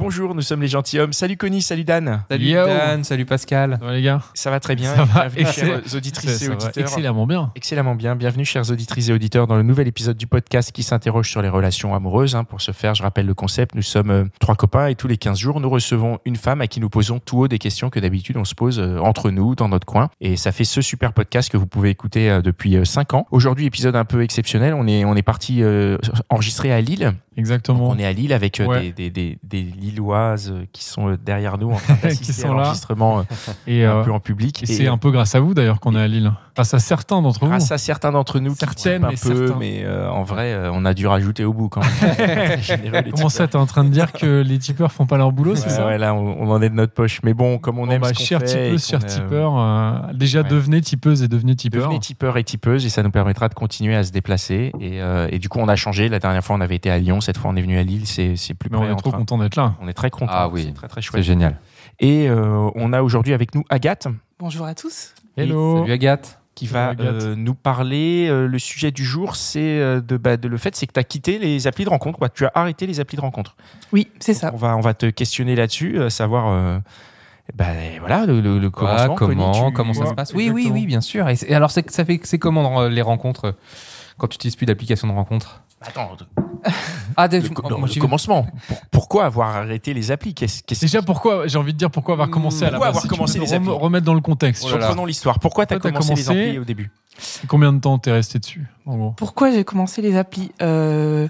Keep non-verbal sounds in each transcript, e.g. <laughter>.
Bonjour, nous sommes les gentilshommes. Salut Connie, salut Dan. Salut Yo. Dan, salut Pascal. Ouais, les gars. Ça va très bien. Ça va, bienvenue, excellent. chères auditrices Ça- et ça va auditeurs. excellemment bien. Excellemment bien. Bienvenue, chères auditrices et auditeurs, dans le nouvel épisode du podcast qui s'interroge sur les relations amoureuses. hein. Pour ce faire, je rappelle le concept. Nous sommes euh, trois copains et tous les 15 jours, nous recevons une femme à qui nous posons tout haut des questions que d'habitude on se pose euh, entre nous, dans notre coin. Et ça fait ce super podcast que vous pouvez écouter euh, depuis 5 ans. Aujourd'hui, épisode un peu exceptionnel. On est, on est parti euh, enregistrer à Lille. Exactement. On est à Lille avec euh, Ouais. des, des, des, des Lilloises euh, qui sont euh, derrière nous en <laughs> train d'assister à sont là. l'enregistrement euh, Et, un euh, peu en public. et c'est un peu grâce à vous d'ailleurs qu'on est à Lille. Grâce à certains d'entre vous. grâce à certains d'entre nous qui Certaines, participent un mais peu, certains. mais euh, en vrai, euh, on a dû rajouter au bout quand <laughs> même. <laughs> Généreux, les Comment ça, tipeurs. t'es en train de dire que les tipeurs font pas leur boulot, c'est Ouais, ça ouais, là, on, on en est de notre poche. Mais bon, comme on Bon, aime bah, ce qu'on chers fait et tipeuses, qu'on chers aime- tipeurs, euh, déjà Ouais. devenez tipeuses et devenez tipeurs. Devenez tipeurs et tipeuses et ça nous permettra de continuer à se déplacer. Et, euh, et du coup, on a changé. La dernière fois, on avait été à Lyon. Cette fois, on est venu à Lille. C'est c'est plus Mais on près est en trop train. content d'être là. On est très content. Ah oui, c'est très très C'est chouette. génial. Et euh, on a aujourd'hui avec nous Agathe Bonjour à tous. Hello. Salut Agathe. qui va Salut, Agathe. euh, nous parler. euh, le sujet du jour, c'est euh, de, bah, de- le fait c'est que tu as quitté les applis de rencontre. Quoi. Tu as arrêté les applis de rencontre. Oui, c'est ça. On va, on va te questionner là-dessus, euh, savoir. euh, ben, voilà, le, le- le commencement. Ouais, Ah, comment, Connie, tu- comment ça Ouais. se passe Oui, Oui, oui, exactement. oui, bien sûr. Et, c'est- et alors, c'est- ça fait, c'est comment dans, euh, les rencontres euh, quand tu n'utilises plus d'application de rencontre Attends, Ah, des- le, co- moi, non, le j'ai- commencement. Pour- pourquoi avoir arrêté les applis Qu'est-ce qu'est-ce- Déjà, pourquoi J'ai envie de dire pourquoi avoir commencé à la Pourquoi base, avoir si tu commencé peux les rem- applis Remettre dans le contexte. Oh là là. Reprenons l'histoire. Pourquoi tu as Toi, t'as commencé, les commencé- applis au début Combien de temps t'es resté dessus en gros Pourquoi j'ai commencé les applis Euh,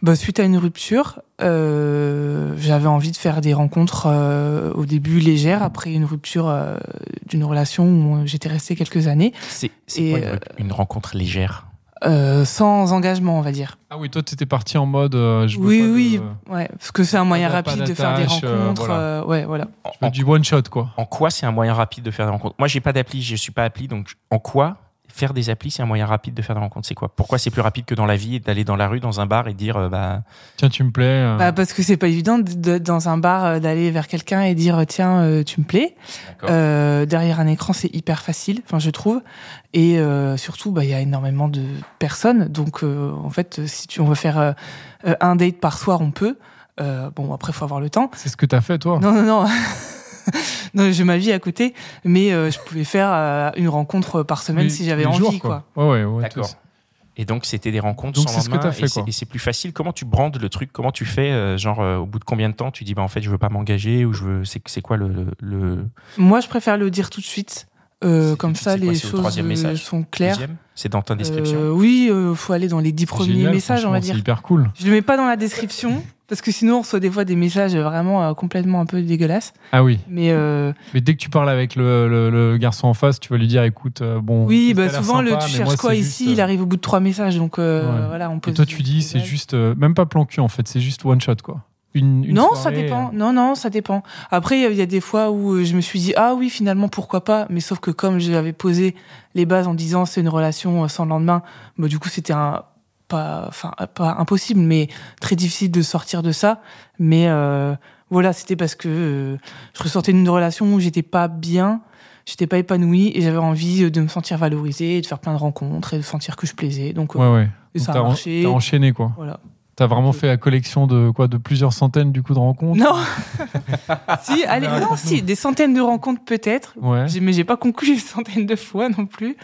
bah, Suite à une rupture, euh, j'avais envie de faire des rencontres euh, au début légères, après une rupture euh, d'une relation où j'étais restée quelques années, C'est c'est Et, quoi une, euh, re- une rencontre légère euh, sans engagement, on va dire. Ah oui, toi t'étais parti en mode. euh, je veux Oui, pas de- oui. Ouais, parce que c'est un moyen Pas rapide de faire des d'attache, euh, rencontres. voilà. euh, ouais, voilà. En- je veux en- du one shot quoi. en quoi c'est un moyen rapide de faire des rencontres Moi, j'ai pas d'appli, je suis pas appli, donc en quoi faire des applis, c'est un moyen rapide de faire des rencontres C'est quoi Pourquoi c'est plus rapide que dans la vie et d'aller dans la rue, dans un bar et dire euh, bah Tiens, tu me plais. Hein. euh, Bah, parce que c'est pas évident de- de- dans un bar euh, d'aller vers quelqu'un et dire tiens euh, tu me plais. Euh, derrière un écran c'est hyper facile, enfin je trouve. Et euh, surtout bah, il y a énormément de personnes, donc euh, en fait euh, si tu on veut faire euh, euh, un date par soir on peut. Euh, bon après faut avoir le temps. C'est ce que t'as fait Oh. toi. Non non <laughs> non. Non, j'ai ma vie à côté, mais euh, je pouvais faire euh, une rencontre par semaine Mais si j'avais tous les envie, jours, quoi. Ouais, ouais, ouais, D'accord. tous. Et donc c'était des rencontres Donc, sans c'est ce que lendemain t'as fait, et, c'est, quoi. et c'est plus facile. Comment tu brandes le truc Comment tu fais euh, Genre euh, au bout de combien de temps tu dis bah en fait je veux pas m'engager ou je veux c'est, c'est quoi le, le- le Moi, je préfère le dire tout de suite, euh, C'est comme tout de ça suite, c'est quoi, les c'est au choses troisième euh, message sont claires. deuxième C'est dans ta description. Euh, oui, euh, faut aller dans les dix premiers Génial, messages, on va franchement, dire. C'est hyper cool. Je le mets pas dans la description parce que sinon on reçoit des fois des messages vraiment euh, complètement un peu dégueulasses. Ah oui. Mais euh, Mais dès que tu parles avec le, le- le garçon en face, tu vas lui dire écoute, euh, bon. oui, il bah a l'air souvent le sympa, tu mais cherches moi, quoi c'est ici, juste, euh, il arrive au bout de trois messages donc euh, Ouais. voilà on euh, peut. Et toi, tu dis, c'est juste. euh, même pas plan cul en fait, c'est juste one shot quoi. Une, une non, ça soirée, euh. dépend. Non, non, ça dépend. Après, il y a- il y a des fois où euh, je me suis dit ah oui finalement pourquoi pas, mais sauf que comme j'avais posé les bases en disant c'est une relation euh, sans lendemain, bah, du coup c'était un pas enfin pas impossible mais très difficile de sortir de ça. Mais euh, voilà c'était parce que euh, je ressortais d'une relation où j'étais pas bien, j'étais pas épanouie et j'avais envie euh, de me sentir valorisée, et de faire plein de rencontres et de sentir que je plaisais. Donc euh, euh, Ouais, ouais. et Donc, ça t'as a en- marché. T'as enchaîné quoi. Voilà. T'as vraiment fait la collection de quoi de plusieurs centaines du coup de rencontres. Non. si, allez, non, <laughs> si, des centaines de rencontres peut-être. Ouais. J'ai- Mais j'ai pas conclu une centaine de fois non plus.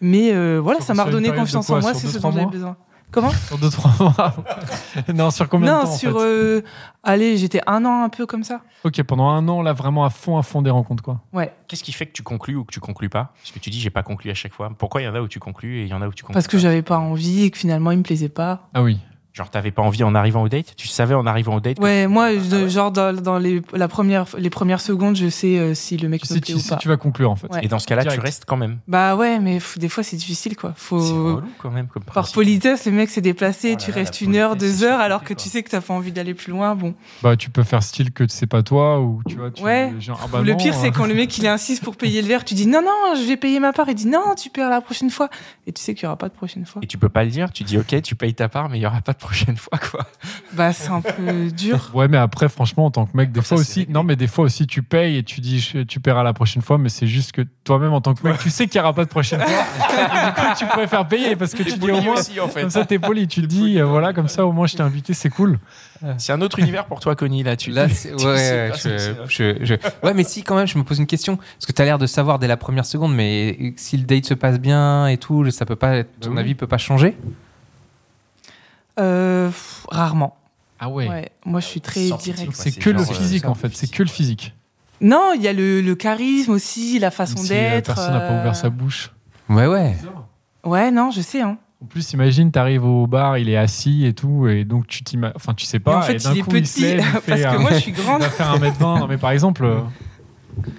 Mais euh, voilà, Sur- ça m'a sur une redonné période de confiance quoi, en moi, sur c'est deux, ce trois dont j'avais mois besoin. Comment Sur deux trois mois. <laughs> non, sur combien Non, de temps en sur. fait euh, allez, j'étais un an un peu comme ça. Ok, pendant un an là, vraiment à fond, à fond des rencontres quoi. Qu'est-ce qui fait que tu conclus ou que tu conclus pas Parce que tu dis j'ai pas conclu à chaque fois. Pourquoi il y en a où tu conclus et il y en a où tu conclus Parce que pas j'avais pas envie et que finalement il me plaisait pas. Ah oui. Genre, t'avais pas envie en arrivant au date Tu savais en arrivant au date que- Ouais, moi, Ah je- ouais. genre dans, dans les, la première, les premières secondes, je sais euh, si le mec Tu me sais plaît tu, ou si pas. tu vas conclure en fait. Ouais. Et dans ce cas-là, tu Direct. restes quand même. Bah ouais, mais f- des fois, c'est difficile, quoi. C'est Faut... relou quand même. Comme Euh, Par principe. politesse, le mec s'est déplacé, Oh tu là là, la restes une heure, politesse, deux c'est heures, surcoté, alors que tu quoi. sais que t'as pas envie d'aller plus loin. Bon. Bah tu peux faire style que c'est pas toi ou tu vois. Tu, Ouais. genre, ah bah le non, pire, c'est euh, quand le mec il insiste pour payer le verre, tu dis non, non, je vais payer ma part. Il dit non, tu perds la prochaine fois. Et tu sais qu'il y aura pas de prochaine fois. Et tu peux pas le dire. Tu dis ok, tu payes ta part, mais il y aura pas de prochaine fois, <laughs> quoi. Bah, c'est un peu dur. Ouais, mais après, franchement, en tant que mec, des Comme fois ça, c'est aussi, réglé. non, mais des fois aussi, tu payes et tu dis, je- tu paieras la prochaine fois, mais c'est juste que toi-même, en tant que mec, tu sais qu'il n'y aura pas de <laughs> prochaine fois. Et du coup, tu préfères payer parce que tu dis au moins, en fait. comme ça, t'es poli. Tu te dis, euh, voilà, comme ça, au moins, je t'ai invité, c'est cool. C'est un autre univers pour toi, Connie, là. Tu Là, c'est- tu ouais, sais ouais, pas ce que je, c'est. je- je- ouais, mais si, quand même, je me pose une question. Parce que tu as l'air de savoir dès la première seconde, mais si le date se passe bien et tout, ça peut pas, ton oui. avis peut pas changer Euh, pff, rarement. Ah Ouais. Moi, je suis très Sans pitié, direct. quoi. C'est C'est que le genre, euh, physique, c'est en un peu fait. C'est physique, que le ouais. physique. Non, il y a le, le charisme aussi, la façon Même si, euh, d'être. Personne n'a pas euh, ouvert sa bouche. Ouais, ouais. Ouais, non, je sais. Hein. En plus, imagine, t'arrimes au bar, il est assis et tout, et donc tu t'imagines. Enfin, tu sais Et pas. en fait, et d'un il est coup, il se petit lève, il <laughs> parce fait que un- moi, je suis <laughs> Il grande. va faire 1m20. Non, mais par exemple. euh,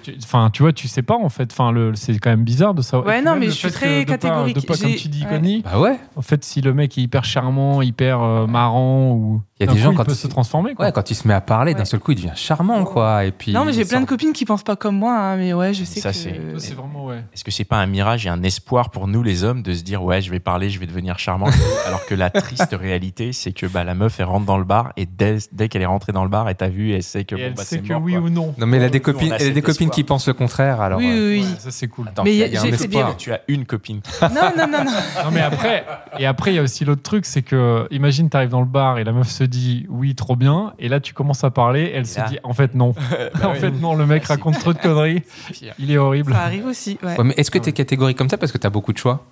tu- Enfin, tu vois, tu sais pas en fait. Enfin, le, c'est quand même bizarre de savoir. Ouais, Et puis non, même mais le je suis fait très que- de pas- catégorique. de pas, comme J'ai- tu dis, ouais. Connie, Bah ouais. en fait, si le mec est hyper charmant, hyper euh, marrant, ou. Il y a d'un des coup, gens il quand peut ils- se transformer, quoi. Ouais, quand il se met à parler, d'un Ouais. seul coup, il devient charmant, quoi. Et puis, Non, mais j'ai il plein de sort- copines qui pensent pas comme moi, hein, mais ouais, je sais Ça, que. c'est- Ça, C'est vraiment, ouais. Est-ce que c'est pas un mirage et un espoir pour nous les hommes de se dire ouais je vais parler je vais devenir <laughs> charmant alors que la triste réalité c'est que bah la meuf elle rentre dans le bar et dès, dès qu'elle est rentrée dans le bar elle t'a vu et elle sait que Et bon, elle bah, sait c'est que mort, oui quoi. ou non. Non, mais elle a des Nous, on a copines, elle a cet des copines espoir. qui pensent le contraire, alors. oui, euh, oui, oui. Ouais, ça, c'est cool. Attends, Mais il y a, y a- il y a un j'ai fait espoir. bien. Tu as une copine. qui- Non, non, non, non. <laughs> Non, mais après, et après, il y a aussi l'autre truc, c'est que, imagine, t'arrives dans le bar et la meuf se dit, oui, trop bien, et là, tu commences à parler, elle se là- dit, en <laughs> fait, non. <laughs> en oui. fait, non, le mec Ah, c'est raconte trop de conneries, pire. il est horrible. Ça arrive aussi, ouais. Ouais, mais est-ce que t'es catégorie comme ça parce que t'as beaucoup de choix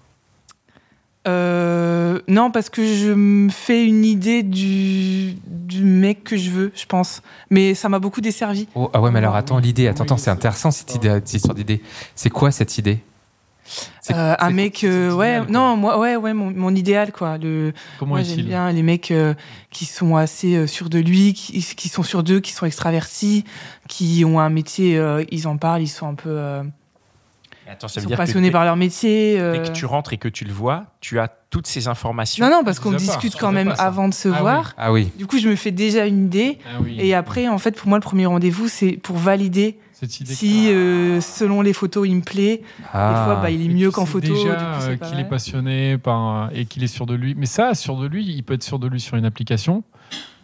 Euh, non, parce que je me fais une idée du, du mec que je veux, je pense. Mais ça m'a beaucoup desservi. Oh, Ah ouais, mais alors Oui, attends, l'idée, attends, Oui, attends, c'est c'est- intéressant cette, idée, cette histoire d'idée. C'est quoi cette idée C'est- Euh, un c'est- mec, c'est euh, ton ouais, idéal, quoi. non, moi, ouais, ouais, mon, mon idéal, quoi. Le, Comment moi, j'aime est-il bien les mecs euh, qui sont assez euh, sûrs de lui, qui, qui sont sûrs d'eux, qui sont extravertis, qui ont un métier, euh, ils en parlent, ils sont un peu, euh, Attends, ça veut ils sont dire que passionnés dès- par leur métier. dès euh. que tu rentres et que tu le vois, tu as toutes ces informations. Non, non, parce Ça qu'on nous a pas, discute ça quand nous a même pas, ça. avant de se Ah oui. voir. Ah oui. Du coup, je me fais déjà une idée. Ah oui. Et après, en fait, pour moi, le premier rendez-vous, c'est pour valider Cette idée si, euh, selon les photos, il me plaît. Des Ah. fois, bah, il est Mais mieux tu qu'en sais photo. du Déjà coup, euh, c'est pas qu'il est mal. passionné par, euh, et qu'il est sûr de lui. Mais ça, sûr de lui, il peut être sûr de lui sur une application,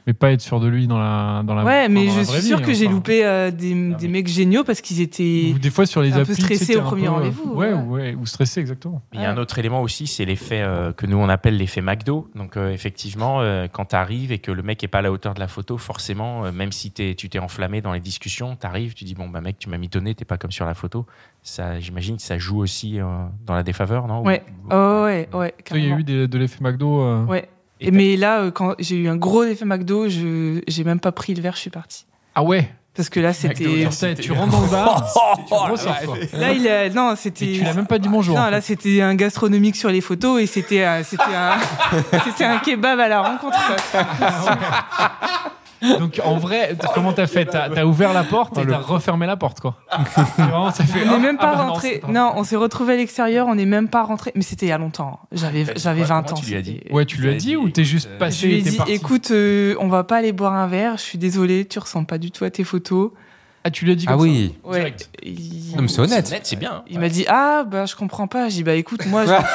mais pas être sûr de lui dans la dans la. Ouais, enfin, mais dans la je vraie suis sûre vie, que j'ai enfin. Ah, loupé euh, des, des mecs géniaux parce qu'ils étaient. Ou des fois sur les un peu applis, tu sais, stressé t'es au un premier peu, euh, rendez-vous, Ouais, ouais. ouais, ou stressé exactement. Mais Il y Ah a un autre élément aussi, c'est l'effet euh, que nous on appelle l'effet McDo. Donc euh, effectivement, euh, quand tu arrives et que le mec est pas à la hauteur de la photo, forcément, euh, même si t'es- tu t'es enflammé dans les discussions, tu arrives, tu dis bon bah mec, tu m'as mitonné, t'es pas comme sur la photo. Ça, j'imagine que ça joue aussi euh, dans la défaveur, non Ouais. Ou- Oh, ouais, ouais, Toi, Il y a carrément. eu des- de l'effet McDo. euh, Ouais. Et Et t'as- mais là, euh, quand j'ai eu un gros effet McDo, je j'ai même pas pris le verre, je suis partie. Ah ouais. <laughs> Parce que là, c'était. genre, t'as- tu rentres dans le <laughs> bar Oh, et tu ressors quoi. Là, il a... non, Et c'était. tu l'as même pas dit bonjour. en oh. Non, fait. là, c'était un gastronomique sur les photos et c'était un, c'était <laughs> un, c'était un kebab à la rencontre. quoi. Donc en vrai, t- comment t'as fait T'as t'as ouvert la Oh, porte et t'as refermé la porte quoi. Ah. <laughs> C'est vraiment, ça fait, On n'est ah, même ah pas bah non, rentré. c'est- Non, on s'est retrouvé à l'extérieur, on n'est même pas rentré. Mais c'était il y a longtemps. hein. J'avais, T'as dit j'avais quoi 20 Comment ans. tu lui as dit c'était- Bah, Ouais, tu lui as dit ou t'es juste euh, passé Je lui ai et t'es dit, parti écoute, euh, on va pas aller boire un verre. Je suis désolée, tu ressembles pas du tout à tes photos. Ah, tu lui as dit Ah comme ça. oui. Ouais. Direct. Il, Non, mais c'est honnête. C'est bien. hein. il m'a dit, ah bah je comprends pas. J'ai dit, bah écoute, moi. Je... <laughs>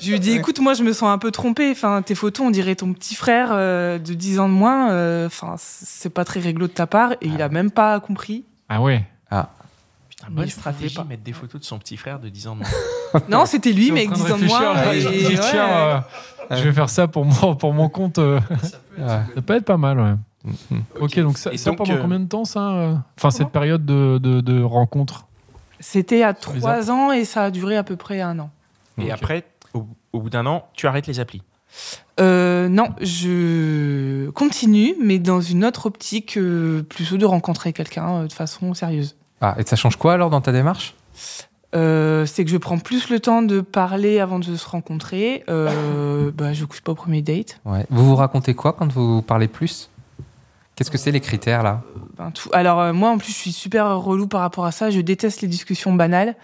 Je lui dis écoute moi je me sens un peu trompée enfin tes photos on dirait ton petit frère euh, de 10 ans de moins euh, enfin c'est pas très réglo de ta part et il a même pas <laughs> compris Ah ouais. Putain, Mais Ah, bonne il se rattait stratégie, pas. mettre des photos de son petit frère de 10 <laughs> ans. De non c'était lui mais avec 10 ans de moins et- Je dis, ouais. tiens, euh, je vais faire ça pour mon, pour mon compte. <laughs> euh, Ah. ça peut être pas mal, ouais. Mm-hmm. Ok, donc ça, Et ça donc, pendant euh, combien de temps, ça euh Enfin, cette période de, de, de rencontre C'était à les trois ans et ça a duré à peu près un an. Et Ok. après, au, au bout d'un an, tu arrêtes les applis. Euh, non, je continue, mais dans une autre optique, euh, plutôt de rencontrer quelqu'un euh, de façon sérieuse. Ah, et ça change quoi alors dans ta démarche euh, c'est que je prends plus le temps de parler avant de se rencontrer. <laughs> Euh, bah, je couche pas au premier date. Ouais. Vous vous racontez quoi quand vous parlez plus Qu'est-ce que c'est les critères là Ben, tout. Alors euh, moi en plus je suis super relou par rapport à ça. Je déteste les discussions banales.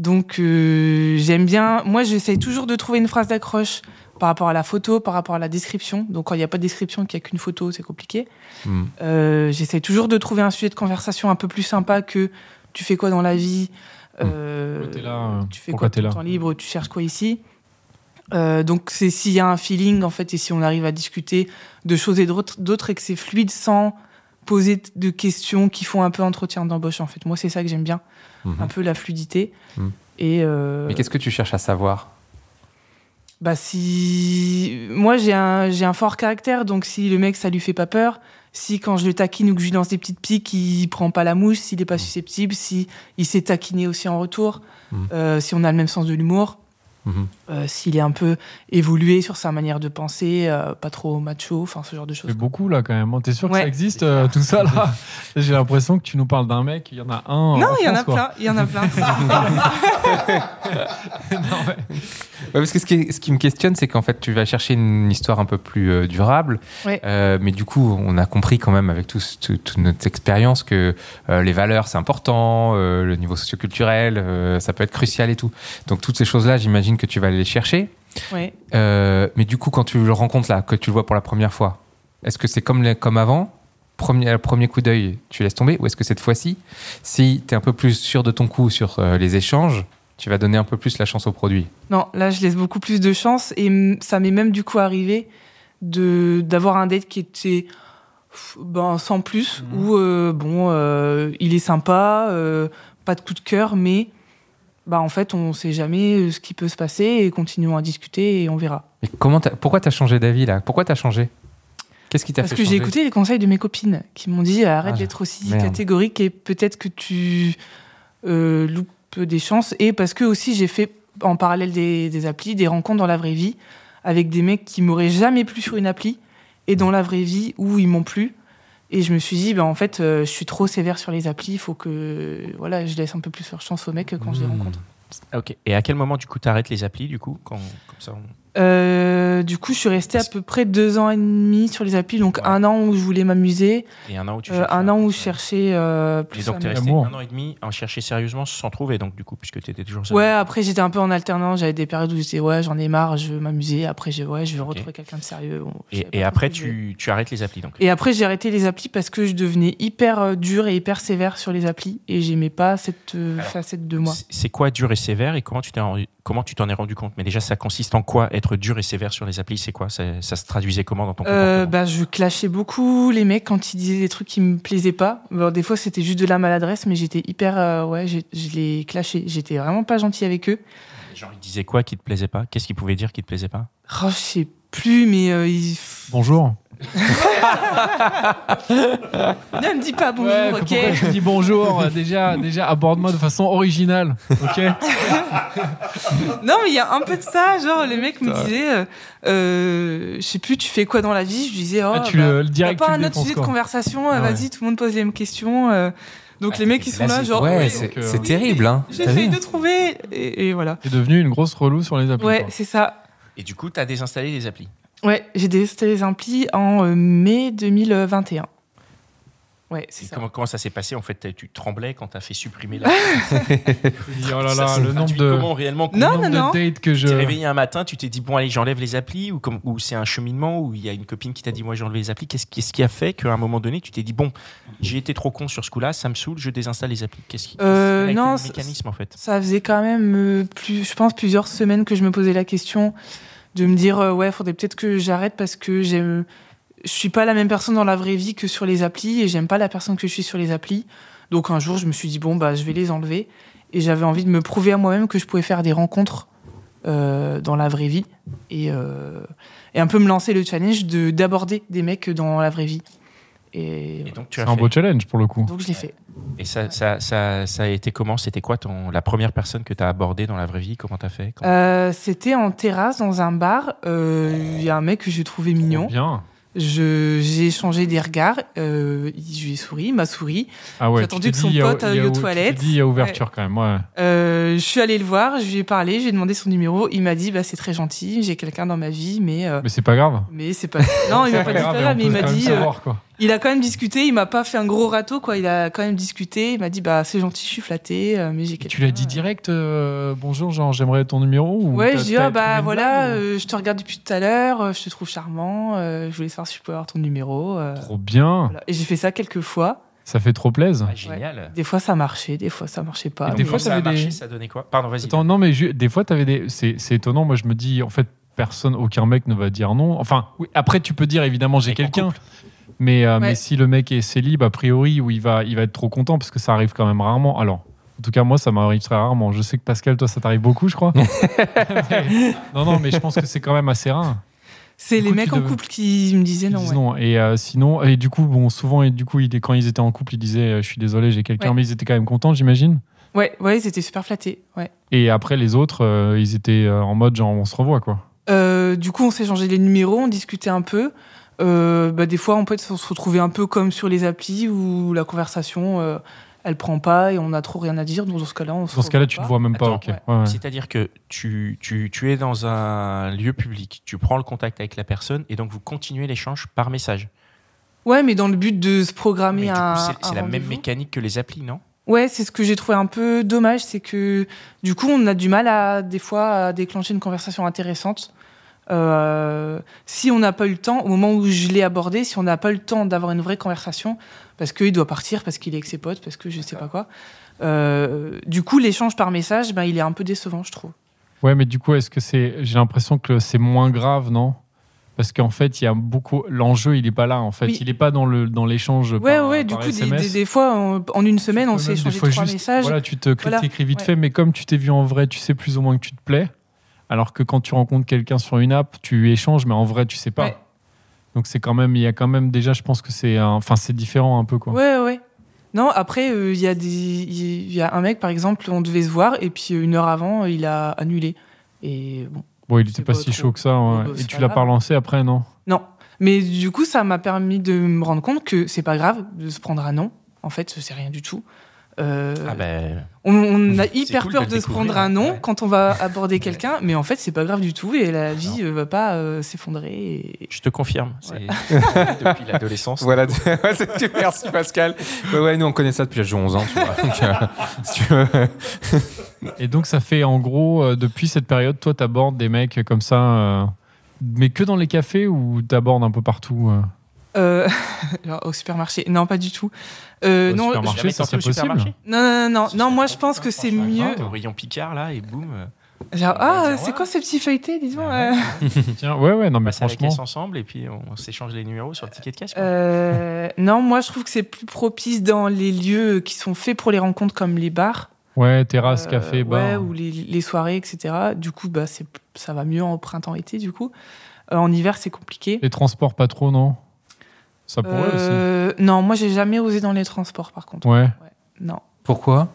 Donc euh, j'aime bien. Moi j'essaye toujours de trouver une phrase d'accroche par rapport à la photo, par rapport à la description. Donc quand il n'y a pas de description, qu'il n'y a qu'une photo, c'est compliqué. Hmm. Euh, j'essaie toujours de trouver un sujet de conversation un peu plus sympa que tu fais quoi dans la vie, Euh, Mmh. Pourquoi t'es là, euh, tu fais pourquoi quoi t'es de ton là temps libre, tu cherches quoi ici. Euh, donc c'est s'il y a un feeling en fait et si on arrive à discuter de choses et d'autres d'autres et que c'est fluide sans poser de questions qui font un peu entretien d'embauche en fait. Moi c'est ça que j'aime bien, Mhm. Mmh. un peu la fluidité. Mhm. Et euh, Mais qu'est-ce que tu cherches à savoir bah si moi j'ai un j'ai un fort caractère donc si le mec ça lui fait pas peur, si quand je le taquine ou que je lui lance des petites piques, il prend pas la mouche, s'il est Mm. pas susceptible, si il s'est taquiné aussi en retour, Mm. Mhm. euh, si on a le même sens de l'humour, Mm-hmm. Mhm. euh, s'il est un peu évolué sur sa manière de penser, euh, pas trop macho, enfin ce genre de C'est choses. beaucoup là quand même. T'es sûr que Ouais. ça existe euh, tout ça là <laughs> J'ai l'impression que tu nous parles d'un mec, il y hein, en a un. Non, il y en France, a quoi. plein, il y en <laughs> a plein. Ouais, parce que ce qui, ce qui me questionne, c'est qu'en fait, tu vas chercher une histoire un peu plus euh, durable. Ouais. Euh, mais du coup, on a compris quand même avec tout, ce- tout- toute notre expérience que euh, les valeurs, c'est important, euh, le niveau socioculturel, euh, ça peut être crucial et tout. Donc toutes ces choses-là, j'imagine que tu vas aller les chercher. ouais. Euh, mais du coup, quand tu le rencontres là, que tu le vois pour la première fois, est-ce que c'est comme, les- comme avant Premier, euh, premier coup d'œil, tu laisses tomber Ou est-ce que cette fois-ci, si tu es un peu plus sûr de ton coup sur euh, les échanges, tu vas donner un peu plus la chance au produit Non, là, je laisse beaucoup plus de chance et m- ça m'est même du coup arrivé de d'avoir un date qui était pff, ben, sans plus, Mhm. où euh, bon, euh, il est sympa, euh, pas de coup de cœur, mais bah, en fait, on sait jamais euh, ce qui peut se passer et continuons à discuter et on verra. Mais comment t'as- pourquoi t'as changé d'avis là Pourquoi t'as changé Qu'est-ce qui t'a fait Parce que j'ai changer écouté les conseils de mes copines qui m'ont dit euh, arrête Ah, d'être aussi merde. catégorique et peut-être que tu euh, loupes des chances. Et parce que aussi j'ai fait en parallèle des, des applis des rencontres dans la vraie vie avec des mecs qui m'auraient jamais plu sur une appli et dans la vraie vie où ils m'ont plu. Et je me suis dit, bah, en fait, euh, je suis trop sévère sur les applis, il faut que voilà, je laisse un peu plus leur chance aux mecs quand je les Mmh. rencontre. Ah, Ok. Et à quel moment du coup t'arrêtes les applis du coup quand comme ça on- Euh, du coup, je suis restée à peu près deux ans et demi sur les applis, donc Ouais. un an où je voulais m'amuser, et un an où tu Euh, cherches un an où je Ouais. cherchais euh, Et plus. donc, à t'es me- resté Amour. un an et demi à en chercher sérieusement sans trouver, donc, du coup, puisque t'étais toujours seul. Ouais, après j'étais un peu en alternance, j'avais des périodes où j'étais ouais, j'en ai marre, je veux m'amuser, après j'ai ouais, je veux Ok. retrouver quelqu'un de sérieux. Bon, Et, je savais pas et trop après, ce que je voulais. tu, tu arrêtes les applis, donc. Et après j'ai arrêté les applis parce que je devenais hyper euh, dure et hyper sévère sur les applis et j'aimais pas cette euh, Alors, facette de moi. C'est- C'est quoi dur et sévère et comment tu t'es rendu- comment tu t'en es rendu compte Mais déjà, ça consiste en quoi être dur et sévère sur les applis C'est quoi ça, ça se traduisait comment dans ton Euh, comportement bah, je clashais beaucoup les mecs quand ils disaient des trucs qui me plaisaient pas. Alors, des fois, c'était juste de la maladresse, mais j'étais hyper. euh, ouais, j'ai- je les clashais. J'étais vraiment pas gentille avec eux. Genre, ils disaient quoi qui te plaisait pas Qu'est-ce qu'ils pouvaient dire qui te plaisait pas Oh, je sais plus, mais euh, ils. Bonjour. Ne me dis pas bonjour, Ouais, ok Pourquoi tu dis bonjour euh, Déjà, déjà aborde-moi de façon originale. Ok Non, mais il y a un peu de ça. Genre, le mec me disait, euh, euh, je sais plus, tu fais quoi dans la vie Je lui disais, oh, Ah, tu bah, le, le t'as direct. pas tu un le autre défonces, sujet de quoi. conversation, euh, Ah ouais. vas-y, tout le monde pose les mêmes questions. euh. donc, les mecs, ils sont là, genre, Ah, Ouais, oui, c'est donc, euh, c'est terrible, hein T'as j'essaye vu de trouver. Et, et voilà. T'es devenu une grosse relou sur les applis. Ouais, quoi. c'est ça. Et du coup, t'as désinstallé les applis. Ouais, j'ai désinstallé les implis en euh, mai 2021. Ouais, c'est Et ça. comment, comment ça s'est passé En fait, t'as- tu tremblais quand t'as fait <laughs> supprimer la. Je dis, Oh là Ça, là, c'est le nombre gratuit. de. Comment réellement Non, le nombre non, non. de dates que je. Tu t'es réveillé un matin, tu t'es dit bon allez j'enlève les applis ou comme ou c'est un cheminement où il y a une copine qui t'a dit moi j'ai enlevé les applis. Qu'est-ce qu'est-ce qui a fait qu'à un moment donné tu t'es dit bon j'ai été trop con sur ce coup-là, ça me saoule, je désinstalle les applis. Qu'est-ce qui quel Euh, a été non, le c'est- mécanisme en fait Ça faisait quand même, euh, plus, je pense, plusieurs semaines que je me posais la question de me dire euh, ouais, faudrait peut-être que j'arrête parce que j'aime, je suis pas la même personne dans la vraie vie que sur les applis et j'aime pas la personne que je suis sur les applis. Donc un jour, je me suis dit bon bah je vais les enlever et j'avais envie de me prouver à moi-même que je pouvais faire des rencontres euh, dans la vraie vie et, euh, et un peu me lancer le challenge de d'aborder des mecs dans la vraie vie. Et, Et donc tu C'est as un fait. beau challenge pour le coup. donc je l'ai fait. Et ça, ça, ça, ça a été comment C'était quoi ton la première personne que t'as abordée dans la vraie vie Comment t'as fait Comment- Euh, C'était en terrasse dans un bar. Euh, Il y a un mec que j'ai trouvé mignon. Bien. Je- J'ai échangé des regards, euh, il- je lui ai souri, il m'a souri. Ah ouais, J'ai tu attendu t'es que dit, son il y a- pote il y a- aille aux tu t'es toilettes. dit, il y a ouverture quand même, ouais. Euh, je suis allée le voir, je lui ai parlé, j'ai demandé son numéro, il m'a dit bah, c'est très gentil, j'ai quelqu'un dans ma vie, mais euh, Mais c'est pas grave. mais <laughs> c'est pas non il m'a pas dit grave, pas grave, on mais il peut m'a quand même dit euh, savoir, quoi. il a quand même discuté, il m'a pas fait un gros râteau quoi, il a quand même discuté, il m'a dit bah c'est gentil, je suis flatté, euh, mais j'ai Tu l'as dit direct, euh, bonjour, genre j'aimerais ton numéro ou Ouais, t'as- je dis t'as ah bah trouvé une voilà, blague, ou- euh, je te regarde depuis tout à l'heure, euh, je te trouve charmant, euh, je voulais savoir si je pouvais avoir ton numéro. euh, Trop bien, voilà. Et j'ai fait ça quelques fois. ça fait trop plaisir. Ah, génial. Des fois ça marchait, des fois ça marchait pas. Et des mais- fois, ça a t'avais marché, des- ça donnait quoi Pardon, vas-y. Attends, non mais ju- des fois t'avais des, c'est c'est étonnant. Moi je me dis en fait personne, aucun mec ne va dire non. Enfin oui, après tu peux dire évidemment j'ai Avec mon quelqu'un, mais euh, Ouais. mais si le mec est célib a priori où il va il va être trop content parce que ça arrive quand même rarement. Alors en tout cas moi ça m'arrive très rarement. Je sais que Pascal toi ça t'arrive beaucoup je <laughs> crois. <laughs> Mais- non non mais je pense que c'est quand même assez rare. C'est Du les coup, mecs tu en devais- couple qui me disaient Ils non. disent ouais. non. Et euh, sinon et du coup bon souvent et du coup il, quand ils étaient en couple ils disaient euh, je suis désolé j'ai quelqu'un Ouais. mais ils étaient quand même contents j'imagine. Ouais, ouais, ils étaient super flattés. Ouais. Et après les autres euh, ils étaient euh, en mode genre on se revoit quoi. Euh, du coup, on s'échangeait les numéros, on discutait un peu. Euh, bah, des fois, on peut on se retrouver un peu comme sur les applis où la conversation, euh, elle prend pas et on a trop rien à dire. Donc dans ce cas-là, on se Dans ce cas-là, revoit tu pas. te vois même pas. Attends, ok. ouais. Ouais, ouais. C'est-à-dire que tu, tu, tu es dans un lieu public, tu prends le contact avec la personne et donc vous continuez l'échange par message. Ouais, mais dans le but de se programmer Mais du coup, un. c'est- un c'est la même rendez-vous. mécanique que les applis, non Ouais, c'est ce que j'ai trouvé un peu dommage, c'est que du coup, on a du mal à des fois à déclencher une conversation intéressante. Euh, si on n'a pas eu le temps, au moment où je l'ai abordé, si on n'a pas eu le temps d'avoir une vraie conversation, parce qu'il doit partir, parce qu'il est avec ses potes, parce que je sais pas quoi, euh, du coup, l'échange par message, ben, il est un peu décevant, je trouve. Ouais, mais du coup, est-ce que c'est J'ai l'impression que c'est moins grave, non Parce qu'en fait, il y a beaucoup. L'enjeu, il est pas là. En fait, Oui. il est pas dans le dans l'échange. Ouais, par- euh, ouais, du par coup, des, SMS. des- des fois, on- en une semaine, Tu on peux s'est même des échangé fois trois juste- messages. Voilà, tu te critiques Ah, Voilà, vite ouais. fait, mais comme tu t'es vu en vrai, tu sais plus ou moins que tu te plais. Alors que quand tu rencontres quelqu'un sur une app, tu échanges, mais en vrai, tu sais pas. Ouais. Donc c'est quand même, il y a quand même déjà, je pense que c'est, un- enfin, c'est différent un peu quoi. Ouais, ouais. Non, après, euh, il y, a des- il y a un mec, par exemple, on devait se voir, et puis euh, une heure avant, il a annulé. Et bon. Bon, il était C'est pas, pas si trop- chaud que ça. ouais. Mais bon, Et c'est tu pas l'as pas grave. relancé après, non Non. Mais du coup, ça m'a permis de me rendre compte que c'est pas grave de se prendre à non. En fait, c'est rien du tout. Euh, Ah ben, on, on <laughs> a c'est hyper cool de peur le de, se découvrir, prendre à non ouais. quand <laughs> on va aborder quelqu'un, mais en fait, c'est pas grave du tout et la vie Non. euh, va pas euh, s'effondrer. et- je te confirme. c'est- <laughs> Ouais. depuis l'adolescence. <laughs> Voilà, <laughs> Ouais, c'est tout. merci Pascal. Ouais, ouais, nous on connaît ça depuis l'âge de 11 ans, tu vois. Donc, euh, <laughs> si tu veux. Et donc, ça fait en gros, euh, depuis cette période, toi, t'abordes des mecs comme ça, euh, mais que dans les cafés ou t'abordes un peu partout euh Euh, <laughs> genre au supermarché. Non, pas du tout. Euh, Au non, supermarché. Jamais ça, tenté c'est au supermarché possible. je- non, non, non, non, Ce non, serait moi trop je pense bien, que c'est franchement, mieux. grave, Au rayon Picard, là, et boum. euh, Genre, On va ben, ah, dire, c'est ouais. quoi ces petits feuilletés, disons euh. Tiens, Ben ouais, ouais, non, On mais passe à Bah, la franchement. caisse ensemble et puis on, on s'échange les numéros sur le ticket de caisse. quoi. Euh, non, moi je trouve que c'est plus propice dans les lieux qui sont faits pour les rencontres comme les bars, Ouais, terrasse, euh, Ah, café, ouais, bar. ou les, les soirées, etc. Du coup, bah, c'est, ça va mieux en printemps-été, du coup. Euh, en hiver, c'est compliqué. Les transports, pas trop, non Ça pourrait aussi. Euh, non, moi j'ai jamais osé dans les transports, par contre. Ouais. Non, Pourquoi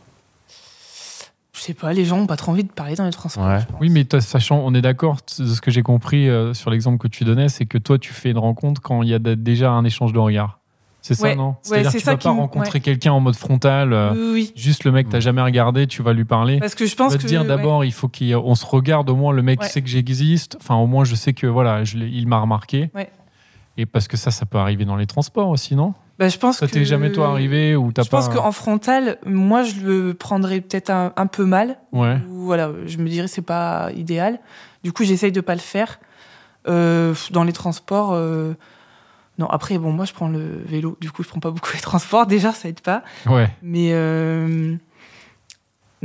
je sais pas, les gens ont pas trop envie de parler dans les transports. Ouais. je pense. Oui, mais toi, sachant, on est d'accord, t- de ce que j'ai compris euh, sur l'exemple que tu donnais, c'est que toi, tu fais une rencontre quand il y a d- déjà un échange de regards. C'est ça, Ouais, non ouais, C'est-à-dire que c'est tu ça vas qui pas me- rencontrer quelqu'un en mode frontal, euh, Oui, oui, juste le mec, t'as jamais regardé, tu vas lui parler. parce que Bah, je On pense Ah. va que te dire d'abord, il faut qu'on se regarde au moins. Le mec Ouais. sait que j'existe. Enfin, au moins, je sais que voilà, je l'ai- il m'a remarqué. Ouais. Et parce que ça, ça peut arriver dans les transports aussi, non ouais. Bah, je pense Ça que t'est jamais toi arrivé ou t'as Je pas pense qu'en frontal, moi je le prendrais peut-être un- un peu mal, Ouais. Ou voilà, je me dirais c'est pas idéal. Du coup, j'essaye de pas le faire. Euh, dans les transports, euh, non. Après, bon, moi, je prends le vélo. Du coup, je prends pas beaucoup <laughs> les transports. Déjà, ça aide pas. Ouais. Mais euh,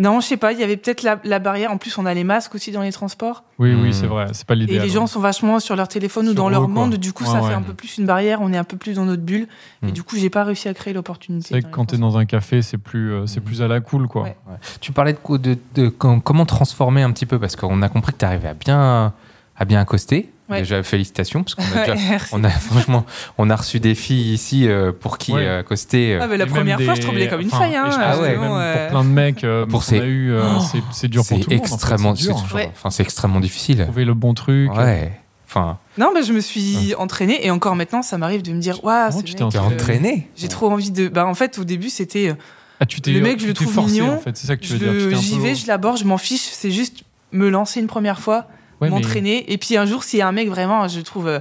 non, je sais pas. Il y avait peut-être la, la barrière. En plus, on a les masques aussi dans les transports. Oui, Hmm. oui, c'est vrai. C'est pas Et l'idéal. hein. les gens sont vachement sur leur téléphone ou Sur dans eux, leur quoi. monde. Du coup, Ouais, ouais. ça Hmm. fait un peu plus une barrière. On est un peu plus dans notre bulle. Mm. Et du coup, j'ai pas réussi à créer l'opportunité. C'est vrai que dans les quand t'es transports. dans un café, c'est plus, euh, c'est plus à la cool, quoi. Ouais. Tu parlais de, co- de, de com- comment transformer un petit peu, parce qu'on a compris que tu arrivais à bien, à bien accoster. Ouais. Déjà, félicitations, parce qu'on a déjà. <laughs> Merci. On a, franchement, on a reû des filles ici euh, pour qui Ouais. euh, accoster. euh, Ah, mais la Et première même fois, des- je tremblais comme une enfin, faille. hein, et je pense Ah euh, que ouais. sinon, même euh, pour plein de mecs, euh, Pour qu'on ces- a eu, euh, Oh c'est- c'est dur pour c'est hein. tout le monde. en fait, extrêmement, c'est dur. c'est- Ouais. enfin, c'est extrêmement difficile. Trouver le bon truc. Ouais. Enfin, Non, mais je me suis entraînée et encore maintenant, ça m'arrive de me dire Waouh, Ah. Comment ce tu mec, t'es t'es euh, entraîné. J'ai trop envie de. Bah, en fait, au début, c'était. euh, Ah, tu t'es Le mec, je tu le t'es trouve forcé, mignon. en fait, c'est ça que tu je veux dire. tu le- t'es un J'y peu- vais, je l'aborde, je m'en fiche. C'est juste me lancer une première fois, Ouais, mais- m'entraîner. Et puis un jour, s'il y a un mec vraiment, je trouve. euh,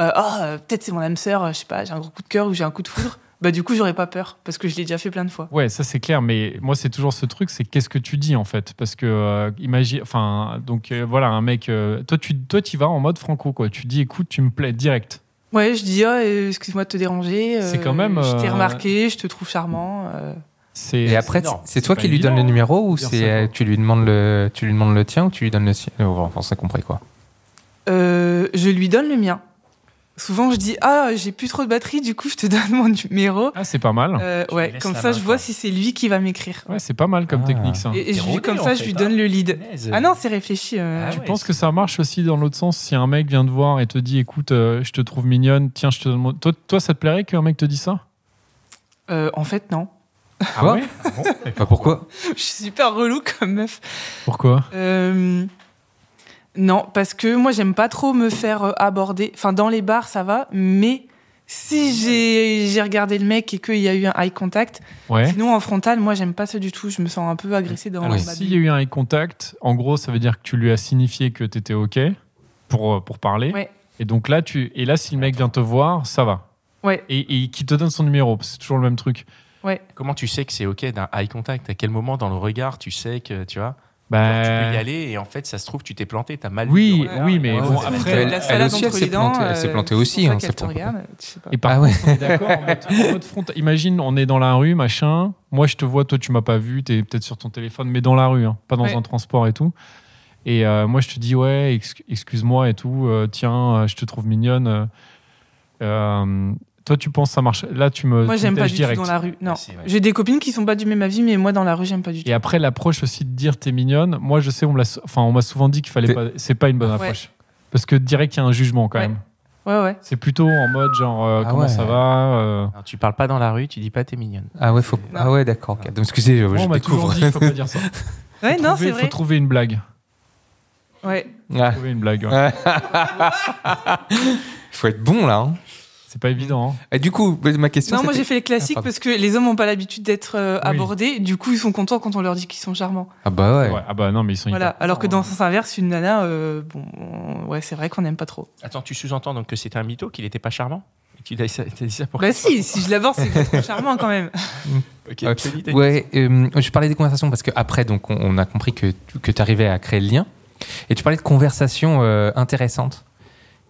euh, Ah, euh, peut-être c'est mon âme sœur, euh, je sais pas, j'ai un gros coup de cœur ou j'ai un coup de foudre. Bah, du coup, j'aurais pas peur parce que je l'ai déjà fait plein de fois. Ouais, ça c'est clair, mais moi c'est toujours ce truc, c'est qu'est-ce que tu dis en fait Parce que, euh, imagine, enfin, donc euh, voilà, un mec, euh, toi tu toi, t'y vas en mode franco, quoi. Tu dis écoute, tu me plais direct. Ouais, je dis, Ah, euh, excuse-moi de te déranger. C'est euh, quand même, Je t'ai euh, remarqué, je te trouve charmant. euh. C'est- Et après, énorme. c'est toi C'est qui pas lui donnes le évident, numéro ou dire c'est ça, euh, quoi. tu lui demandes le tu lui demandes le tien ou tu lui donnes le sien Enfin, ça compris quoi. Euh, je lui donne le mien. Souvent, je dis Ah, j'ai plus trop de batterie, du coup, je te <laughs> donne mon numéro. Ah, c'est pas mal. Euh, Tu lui ouais, laisses comme la ça, main, je vois quoi. si c'est lui qui va m'écrire. Ouais, c'est pas mal comme Ah. technique ça. Et, et je T'es lui- rodé, comme en ça, fait, je lui hein. donne le lead. Punaise. Ah non, c'est réfléchi. euh. Ah Je ouais, pense que c'est- ça marche aussi dans l'autre sens. Si un mec vient te voir et te dit écoute, euh, je te trouve mignonne, tiens, je te donne. mon- Toi, toi ça te plairait qu'un mec te dise ça Euh, en fait, non. <laughs> Ah Quoi ouais Ah bon <laughs> Mais Enfin, pourquoi je suis super relou comme meuf. Pourquoi Euh, non, parce que moi, j'aime pas trop me faire euh, aborder. Enfin, dans les bars, ça va, mais si j'ai j'ai regardé le mec et qu'il y a eu un eye contact, Ouais. sinon en frontal, moi, j'aime pas ça du tout. Je me sens un peu agressée dans Ah Alors, ma s'il bulle. y a eu un eye contact, en gros, ça veut dire que tu lui as signifié que t'étais OK pour, euh, pour parler. Ouais. Et donc là, tu... et là, si le mec vient te voir, ça va. Ouais. Et, et qui te donne son numéro, parce que c'est toujours le même truc. Comment tu sais que c'est OK d'un eye contact À quel moment dans le regard tu sais que tu vois genre, Bah, Tu peux y aller et en fait, ça se trouve, tu t'es planté, t'as mal vu Oui, Euh, le regard. oui, mais Ah, bon, c'est- après- elle- elle salade aussi, entre elle les s'est dents, plantée- elle s'est euh, plantée aussi, C'est pour hein, ça c'est qu'elle te pour- regarde, je sais pas. Et par Ah ouais. contre, on est <laughs> d'accord, en mode- en mode front- imagine, on est dans la rue, machin. Moi, je te vois, toi, tu m'as pas vu, t'es peut-être sur ton téléphone, mais dans la rue, hein, pas dans Ouais. un transport et tout. Et euh, moi, je te dis, ouais, ex- excuse-moi et tout, euh, tiens, euh, je te trouve mignonne. euh, euh, toi, tu penses ça marche Là, tu me. Moi, tu j'aime me pas tèches du direct. tout dans la rue. Ah, Non. Ah, c'est vrai. J'ai des copines qui sont pas du même avis, mais moi, dans la rue, j'aime pas du tout. Et après, l'approche aussi de dire t'es mignonne, moi, je sais, on me l'a sou- enfin, on m'a souvent dit qu'il fallait T'es- pas. C'est pas une bonne approche. Parce que direct, il y a un jugement quand Ouais. même. Ouais, ouais. C'est plutôt en mode genre, euh, Ah comment ouais. ça va euh, Non, tu parles pas dans la rue, tu dis pas t'es mignonne. Ah ouais, faut... Non. ah ouais, d'accord. ok. Donc excusez, je, Moi, on je m'a toujours découvre. dit, faut pas dire ça. Ouais, Faut <laughs> non, trouver- c'est Faut vrai. trouver une blague. Ouais. <laughs> Ah, trouver une blague. ouais. Ouais. faut être bon là. hein. C'est pas évident. hein. Et du coup, ma question. Non, moi j'ai c'était- fait les classiques Ah, pardon. parce que les hommes n'ont pas l'habitude d'être euh, Oui. abordés. Du coup, ils sont contents quand on leur dit qu'ils sont charmants. Ah bah ouais. Ouais, Ah bah non, mais ils sont voilà. hyper Alors que contents, dans hein. le sens inverse, une nana, euh, bon, on- ouais, c'est vrai qu'on n'aime pas trop. Attends, tu sous-entends donc que c'était un mytho, qu'il était pas charmant Et Tu as dit ça pour Bah si, si je l'aborde, c'est que <laughs> je le trouve charmant quand même. Ok, Euh, c'est l'idée. Ouais, euh, je parlais des conversations parce que après, donc, on, on a compris que, tu- que tu arrivais à créer le lien. Et tu parlais de conversations euh, intéressantes.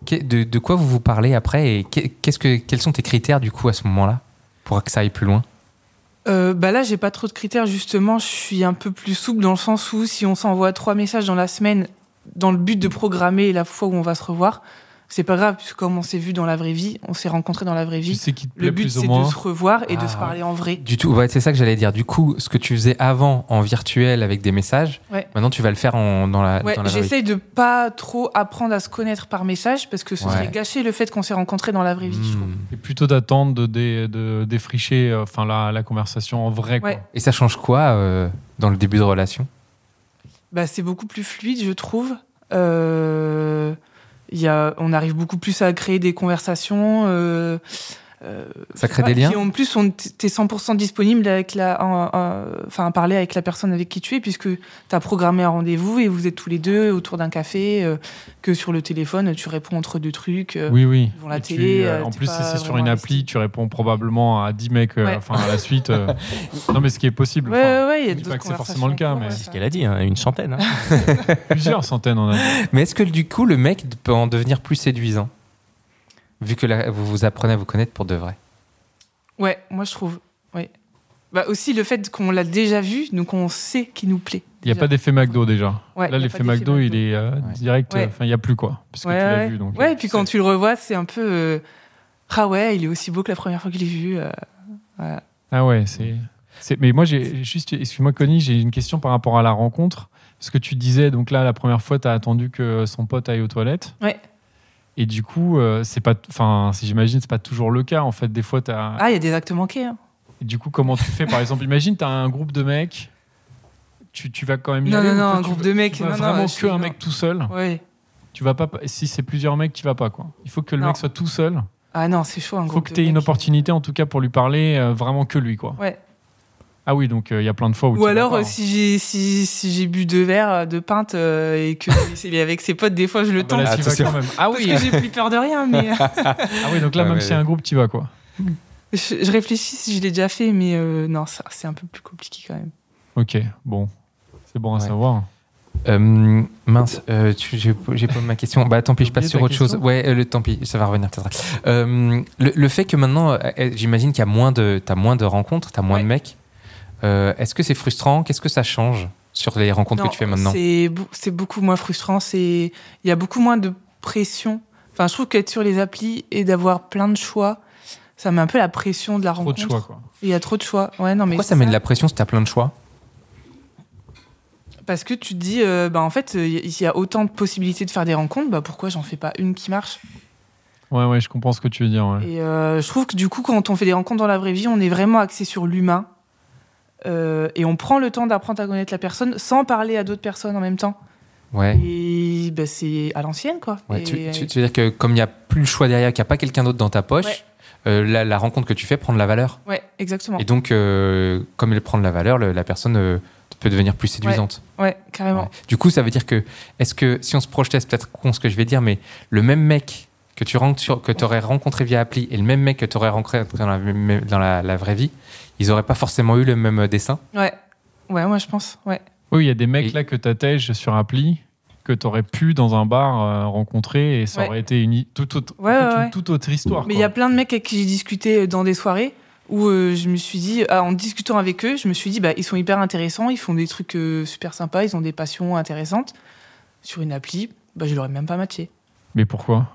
Que- de, de quoi vous vous parlez après et que- qu'est-ce que, quels sont tes critères du coup à ce moment-là pour que ça aille plus loin Euh, bah là, j'ai pas trop de critères justement. Je suis un peu plus souple dans le sens où si on s'envoie trois messages dans la semaine dans le but de programmer la fois où on va se revoir, c'est pas grave puisque comme on s'est vu dans la vraie vie, on s'est rencontrés dans la vraie Tu vie. sais qui te plaît Le but plus ou c'est de moins. se revoir et Ah, de se parler en vrai. Du tout, ouais, c'est ça que j'allais dire. Du coup, ce que tu faisais avant en virtuel avec des messages, Ouais. maintenant tu vas le faire en- dans la, Ouais, dans la vraie vie. j'essaye de pas trop apprendre à se connaître par message parce que ce Ouais. serait gâcher le fait qu'on s'est rencontrés dans la vraie vie. je trouve. Hmm. Et plutôt d'attendre de, dé- de défricher euh, enfin, la, la conversation en vrai. quoi. Ouais. Et ça change quoi euh, dans le début de relation Bah, c'est beaucoup plus fluide, je trouve. Euh, il y a, on arrive beaucoup plus à créer des conversations. euh, euh, Ça je crée des sais pas, liens puis en plus, on t'es 100% disponible avec la, en- en- enfin, à parler avec la personne avec qui tu es, puisque tu as programmé un rendez-vous et vous êtes tous les deux autour d'un café, euh, que sur le téléphone, tu réponds entre deux trucs. euh, Oui, oui. Devant la Et tu, télé, euh, euh, en t'es plus, pas si c'est sur vraiment une investi. appli, tu réponds probablement à 10 mecs euh, Ouais. enfin, à <laughs> la suite. euh. non, mais ce qui est possible. Ouais, enfin, ouais, ouais, il y a je dis d'autres pas que c'est forcément conversations le cas, en cours, mais- ouais, C'est ce ça. qu'elle a dit, hein, une centaine. hein. Plusieurs centaines, on a dit. Mais est-ce que du coup, le mec peut en devenir plus séduisant Vu que là, vous vous apprenez à vous connaître pour de vrai. Ouais, moi je trouve. Ouais. Bah aussi le fait qu'on l'a déjà vu, donc on sait qu'il nous plaît. Il n'y a pas d'effet McDo déjà. Ouais, Là, il y a l'effet pas d'effet McDo, il est euh, Ouais. direct. euh, Ouais. Enfin, il n'y a plus quoi. Parce que ouais, tu l'as ouais. vu. Donc, euh, ouais, et puis tu sais. quand tu le revois, c'est un peu euh, ah ouais, il est aussi beau que la première fois que je l'ai vu. euh. Ah ouais, c'est. c'est- Mais moi, j'ai juste, excuse-moi, Connie, j'ai une question par rapport à la rencontre. Parce que tu disais, donc là, la première fois, tu as attendu que son pote aille aux toilettes. Ouais. Et du coup, euh, c'est pas, enfin, c'est- j'imagine, c'est pas toujours le cas. En fait, des fois, t'as. Ah, il y a des actes manqués. hein. Et Du coup, comment tu fais Par exemple, imagine, tu as un groupe de mecs. Tu, tu vas quand même y Non, aller non, ou non, toi, un tu groupe vas- de mecs, tu vas non, non, vraiment je que suis- un non. mec tout seul. Ouais. Tu vas pas, si c'est plusieurs mecs, tu vas pas, quoi. Il faut que le Non. mec soit tout seul. Ah non, c'est chaud. Un Il faut groupe que de tu aies une mecs. opportunité, en tout cas, pour lui parler euh, vraiment que lui, quoi. Ouais. Ah oui, donc euh, il y a plein de fois où tu Ou vas alors, pas, euh, hein. si j'ai si, si j'ai bu deux verres euh, de pinte euh, <laughs> et que il est avec ses potes, des fois je le Ah bah là, tente. Ah, tu y ça, vas c'est- quand même. Ah Parce oui, que j'ai plus peur de rien, <laughs> mais euh, ah oui, donc là, Ah même ouais. si c'est un groupe, tu y vas, quoi. je, je réfléchis si je l'ai déjà fait, mais euh, non, ça, c'est un peu plus compliqué quand même. Ok, bon. C'est bon à Ouais. savoir. Euh, mince, euh, tu- j'ai j'ai pas ma question. Bah tant pis, je T'as oublié passe sur ta autre chose. question Ouais, euh, le, tant pis, ça va revenir peut-être. Euh, le, le fait que maintenant, euh, euh, j'imagine qu'il y a moins de, t'as moins de rencontres, t'as moins Ouais. de mecs. Euh, Est-ce que c'est frustrant Qu'est-ce que ça change sur les rencontres Non, que tu fais maintenant c'est bou- c'est beaucoup moins frustrant. C'est il y a beaucoup moins de pression. Enfin, je trouve qu'être sur les applis et d'avoir plein de choix, ça met un peu la pression de la Trop de rencontre. choix, quoi. Il y a trop de choix. Ouais, non, mais Pourquoi c'est ça met de la pression si t'as plein de choix Parce que tu te dis, euh, bah, en fait, euh, il y a autant de possibilités de faire des rencontres, bah, pourquoi j'en fais pas une qui marche Ouais, ouais, je comprends ce que tu veux dire. ouais. Et euh, je trouve que du coup, quand on fait des rencontres dans la vraie vie, on est vraiment axé sur l'humain. Euh, et on prend le temps d'apprendre à connaître la personne sans parler à d'autres personnes en même temps. Ouais. Et bah, c'est à l'ancienne, quoi. Ouais, Et- tu, tu- tu veux dire que comme il n'y a plus le choix derrière, qu'il n'y a pas quelqu'un d'autre dans ta poche, Ouais. euh, la, la rencontre que tu fais prend de la valeur. ouais, exactement. Et donc, euh, comme elle prend de la valeur, le- la personne euh, peut devenir plus séduisante. Ouais, carrément. Ouais. Du coup, ça veut dire que, est-ce que, si on se projetait, c'est peut-être con ce que je vais dire, mais le même mec que tu rencontres sur- que aurais rencontré via appli et le même mec que tu aurais rencontré dans, la, dans la- la vraie vie, ils n'auraient pas forcément eu le même euh, dessin. Ouais. ouais. Ouais, moi je pense. Ouais. Oui, il y a des mecs Et- là que t'attèges sur appli que t'aurais pu dans un bar euh, rencontrer et ça Ouais. aurait été une i- toute autre, Ouais, en fait, ouais, une ouais. toute autre histoire. Mais il quoi. y a plein de mecs avec qui j'ai discuté euh, dans des soirées où euh, je me suis dit, ah, en discutant avec eux, je me suis dit, bah, ils sont hyper intéressants, ils font des trucs euh, super sympas, ils ont des passions intéressantes. Sur une appli, bah, je l'aurais même pas matché. Mais pourquoi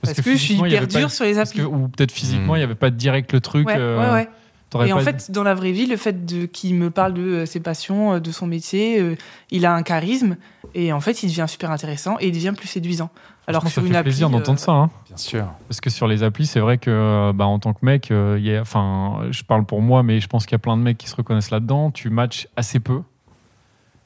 Parce, que, je suis physiquement, il y hyper avait pas- dure sur les parce que- applis. ou peut-être physiquement, Hmm. il n'y avait pas direct le truc. Ouais, euh, ouais, ouais. t'aurais Et en pas- fait, dans la vraie vie, le fait de qu'il me parle de euh, ses passions, euh, de son métier, euh, il a un charisme et en fait, il devient super intéressant et il devient plus séduisant. Alors que franchement, sur ça une fait appli, plaisir euh, d'entendre ça. hein. Bien sûr. Parce que sur les applis, c'est vrai que euh, bah, en tant que mec, euh, il y a- enfin, je parle pour moi, mais je pense qu'il y a plein de mecs qui se reconnaissent là-dedans. Tu matches assez peu.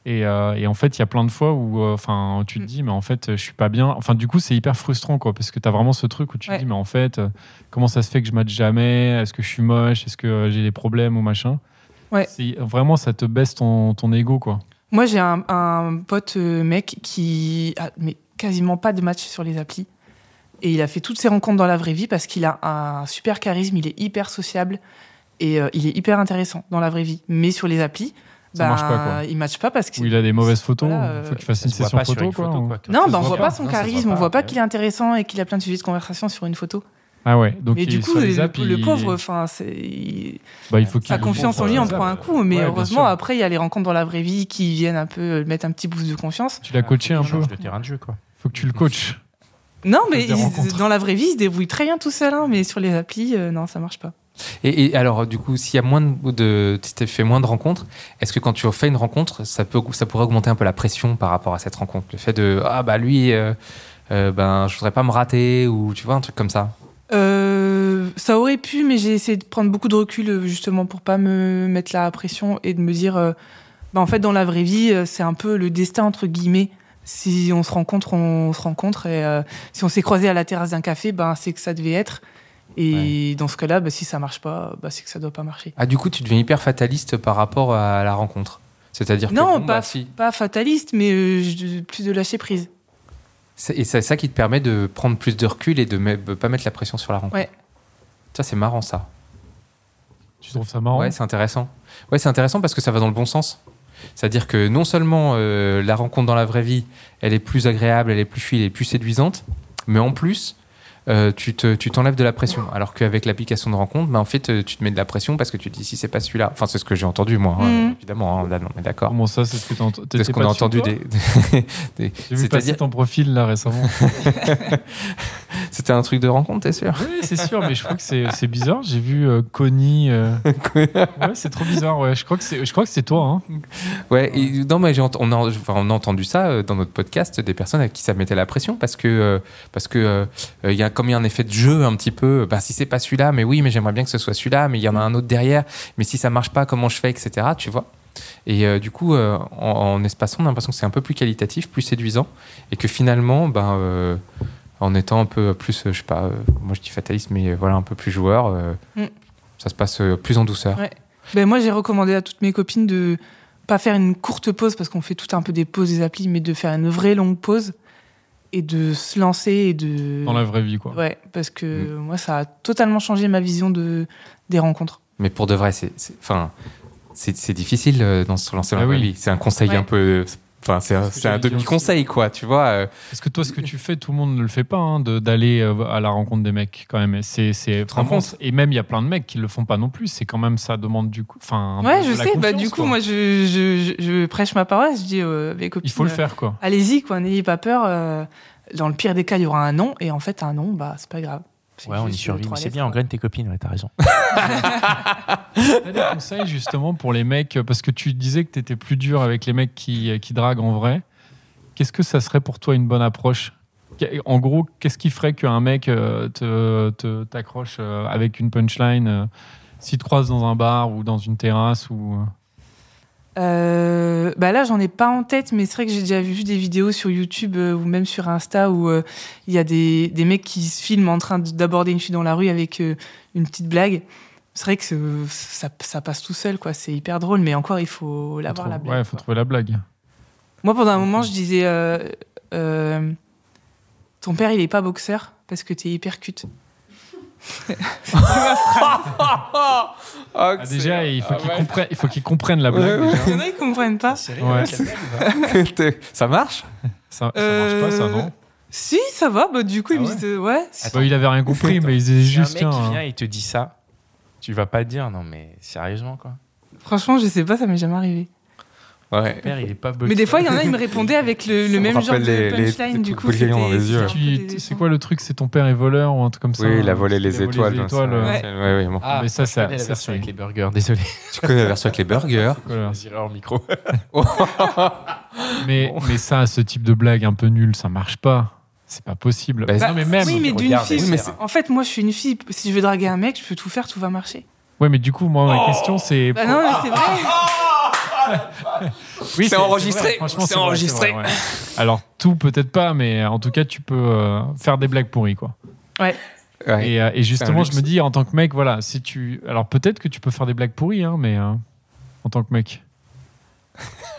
Et, euh, et en fait, il y a plein de fois où euh, enfin, tu te Mm. dis, mais en fait, je suis pas bien. Enfin, du coup, c'est hyper frustrant, quoi, parce que tu as vraiment ce truc où tu Ouais. te dis, mais en fait, euh, comment ça se fait que je matche jamais Est-ce que je suis moche Est-ce que euh, j'ai des problèmes ou machin Ouais. C'est- Vraiment, ça te baisse ton, ton ego, quoi. Moi, j'ai un, un pote euh, mec qui a mais quasiment pas de match sur les applis. Et il a fait toutes ses rencontres dans la vraie vie parce qu'il a un super charisme, il est hyper sociable et euh, il est hyper intéressant dans la vraie vie. Mais sur les applis, Ça ben, marche pas, quoi. il matche pas parce que. Où il a des mauvaises photos, il Voilà, euh, faut qu'il fasse Ça une se voit session pas sur photo, une quoi. photo, ou- quoi. Non, Ça bah, se on voit pas son Non, ça se charisme, voit on voit pas, pas qu'il est intéressant et qu'il a plein de sujets de conversation sur une photo. Ah ouais, donc mais il- du coup, sur le, les apps, le il- pauvre, enfin, c'est- il- bah, il faut qu'il sa le confiance en montre, lui en euh, prend un coup. Mais Ouais, bien heureusement, sûr. après, il y a les rencontres dans la vraie vie qui viennent un peu euh, mettre un petit boost de confiance. Tu l'as coaché un peu Le terrain de jeu, quoi. Faut que tu le coaches. Non, mais Des il- rencontres. dans la vraie vie, il se débrouille très bien tout seul, hein, mais sur les applis, euh, non, ça marche pas. Et, et alors, du coup, s'il y a moins de, de si t'as fait moins de rencontres, est-ce que quand tu fais une rencontre, ça peut, ça pourrait augmenter un peu la pression par rapport à cette rencontre, le fait de ah bah lui, euh, euh, ben je voudrais pas me rater ou tu vois un truc comme ça. Euh, ça aurait pu, mais j'ai essayé de prendre beaucoup de recul euh, justement pour pas me mettre la pression et de me dire, euh, bah, en fait, dans la vraie vie, euh, c'est un peu le destin entre guillemets. Si on se rencontre, on se rencontre, et euh, si on s'est croisé à la terrasse d'un café, ben c'est que ça devait être. Et dans ce cas-là, bah, si ça marche pas, bah, c'est que ça doit pas marcher. Ah du coup, tu deviens hyper fataliste par rapport à la rencontre. C'est-à-dire que Non, bon, pas, bah, si. pas fataliste, mais euh, je- plus de lâcher prise. C'est- Et c'est ça qui te permet de prendre plus de recul et de me- de pas mettre la pression sur la rencontre. Ouais. Ça c'est marrant ça. Tu trouves ça marrant Ouais, c'est intéressant. Ouais, c'est intéressant parce que ça va dans le bon sens. C'est-à-dire que non seulement euh, la rencontre dans la vraie vie, elle est plus agréable, elle est plus fluide, elle est plus séduisante, mais en plus, euh, tu te- tu t'enlèves de la pression. Alors qu'avec l'application de rencontre, bah, en fait, euh, tu te mets de la pression parce que tu te dis si c'est pas celui-là. Enfin, c'est ce que j'ai entendu moi, hein, Mhm. évidemment. hein, là, non, mais d'accord. Comment ça, c'est ce que t'as entendu C'est ce qu'on a entendu des. des- <laughs> J'ai vu passer C'est-à-dire, ton profil là <laughs> récemment. c'était un truc de rencontre, t'es sûr oui, c'est sûr, mais je crois que c'est c'est bizarre. J'ai vu euh, Connie. <laughs> euh, Ouais, c'est trop bizarre. Ouais, je crois que c'est je crois que c'est toi. hein. Ouais, et- non, mais j'ai ent- on, a, enfin, on a entendu ça euh, dans notre podcast des personnes à qui ça mettait la pression parce que, euh, parce que euh, euh, il y a comme il y a un effet de jeu un petit peu, euh, bah, si c'est pas celui-là, mais oui, mais j'aimerais bien que ce soit celui-là, mais il y en a un autre derrière, mais si ça marche pas, comment je fais, etc. Tu vois Et euh, du coup, euh, en, en espaçant, on a l'impression que c'est un peu plus qualitatif, plus séduisant, et que finalement, ben, euh, en étant un peu plus, euh, je sais pas, euh, moi je dis fataliste, mais euh, voilà, un peu plus joueur, euh, Mm. ça se passe euh, plus en douceur. Ouais. Ben moi, j'ai recommandé à toutes mes copines de pas faire une courte pause parce qu'on fait tout un peu des pauses des applis, mais de faire une vraie longue pause et de se lancer et de. Dans la vraie vie, quoi. Mm. Ouais, parce que moi, ça a totalement changé ma vision de des rencontres. Mais pour de vrai, c'est, c'est- enfin, c'est, c'est difficile euh, dans se lancer dans Ah la oui. vie. C'est un conseil Ouais. un peu, enfin, c'est un, C'est ce que c'est un j'allais dire demi-conseil, quoi, tu vois. euh, Parce que toi, ce que tu fais, tout le monde ne le fait pas, hein, de- d'aller euh, à la rencontre des mecs, quand même. C'est, c'est te rends vraiment- compte Et même, il y a plein de mecs qui le font pas non plus. C'est quand même ça demande du coup. Enfin, ouais, de je la sais. Bah, confiance, du coup, quoi. moi, je, je, je- je prêche ma parole. Je dis euh, à mes copines. il faut le euh, faire, quoi. Allez-y, quoi. N'ayez pas peur. euh, dans le pire des cas, il y aura un non. Et en fait, un non, bah, c'est pas grave. C'est Ouais, on y juste, euh, survit. trois mais C'est lettres, bien, quoi. engraine tes copines, ouais, t'as raison. T'as des conseils justement pour les mecs euh, Parce que tu disais que tu étais plus dur avec les mecs qui, qui draguent en vrai. Qu'est-ce que ça serait pour toi une bonne approche Qu'est- En gros, qu'est-ce qui ferait qu'un mec euh, te- te- t'accroche euh, avec une punchline euh, s'il te croise dans un bar ou dans une terrasse ou... Euh, bah là, j'en ai pas en tête, mais c'est vrai que j'ai déjà vu des vidéos sur YouTube euh, ou même sur Insta où euh, il y a des, des mecs qui se filment en train de- d'aborder une fille dans la rue avec euh, une petite blague. C'est vrai que c'est- ça, ça passe tout seul, quoi. C'est hyper drôle, mais encore, il faut Faut l'avoir trou- la blague. ouais, faut quoi. trouver la blague. Ah, Moi, pendant un moment, je disais euh, euh, Ton père, il est pas boxeur parce que t'es hyper cute. Ah, Ah, c'est- déjà, il faut ah, qu'ils ouais. comprennent, il faut qu'ils comprennent la blague. Ah Ouais, ouais. déjà. Il y en a, ils comprennent pas. Ouais. T'es- <laughs> ça marche Ça, ça Euh, marche pas, ça, non Si, ça va, bah, du coup, Ah ils me ouais disent euh, Ouais, si. Bah, Il avait rien compris, mais il disait Si juste... un mec tiens, qui vient et te dit ça, tu vas pas te dire non mais sérieusement quoi. franchement, je sais pas, ça m'est jamais arrivé. Ouais. Père, il est pas beau. Mais des fois, il y en <laughs> a, <laughs> ils me répondaient avec le, le Ça me même genre rappelle de les- les- punchline, les du trucs coup. c'était- brillants dans les c'était yeux. un peu Tu- délaissant. C'est quoi le truc C'est ton père est voleur ou un truc comme ça Oui, il a hein, volé les il a volé étoiles. les dans ça. étoiles, euh, Ouais. Ouais, ouais, bon. Ah, mais ça, ça- c'est la ça, version c'est- avec les burgers. <laughs> Désolé. Tu connais la version avec les burgers voilà. Je dirai hors micro. Mais, mais ça, ce type de blague un peu nulle, ça marche pas. C'est pas possible. Bah, non, mais même. Oui, mais d'une Regarde, fille. elle mais sert. En fait, moi, je suis une fille. Si je veux draguer un mec, je peux tout faire, tout va marcher. Ouais, mais du coup, moi, ma question, c'est. Bah non, mais <laughs> c'est vrai. Ah, Oui, C'est enregistré. vrai, franchement, C'est vrai, enregistré. vrai, ouais. Alors, tout peut-être pas, mais euh, en tout cas, tu peux euh, faire des blagues pourries, quoi. Ouais. Et, euh, et Bah, C'est un justement, luxe. je me dis, en tant que mec, voilà, si tu. Alors, peut-être que tu peux faire des blagues pourries, hein, mais. euh, en tant que mec.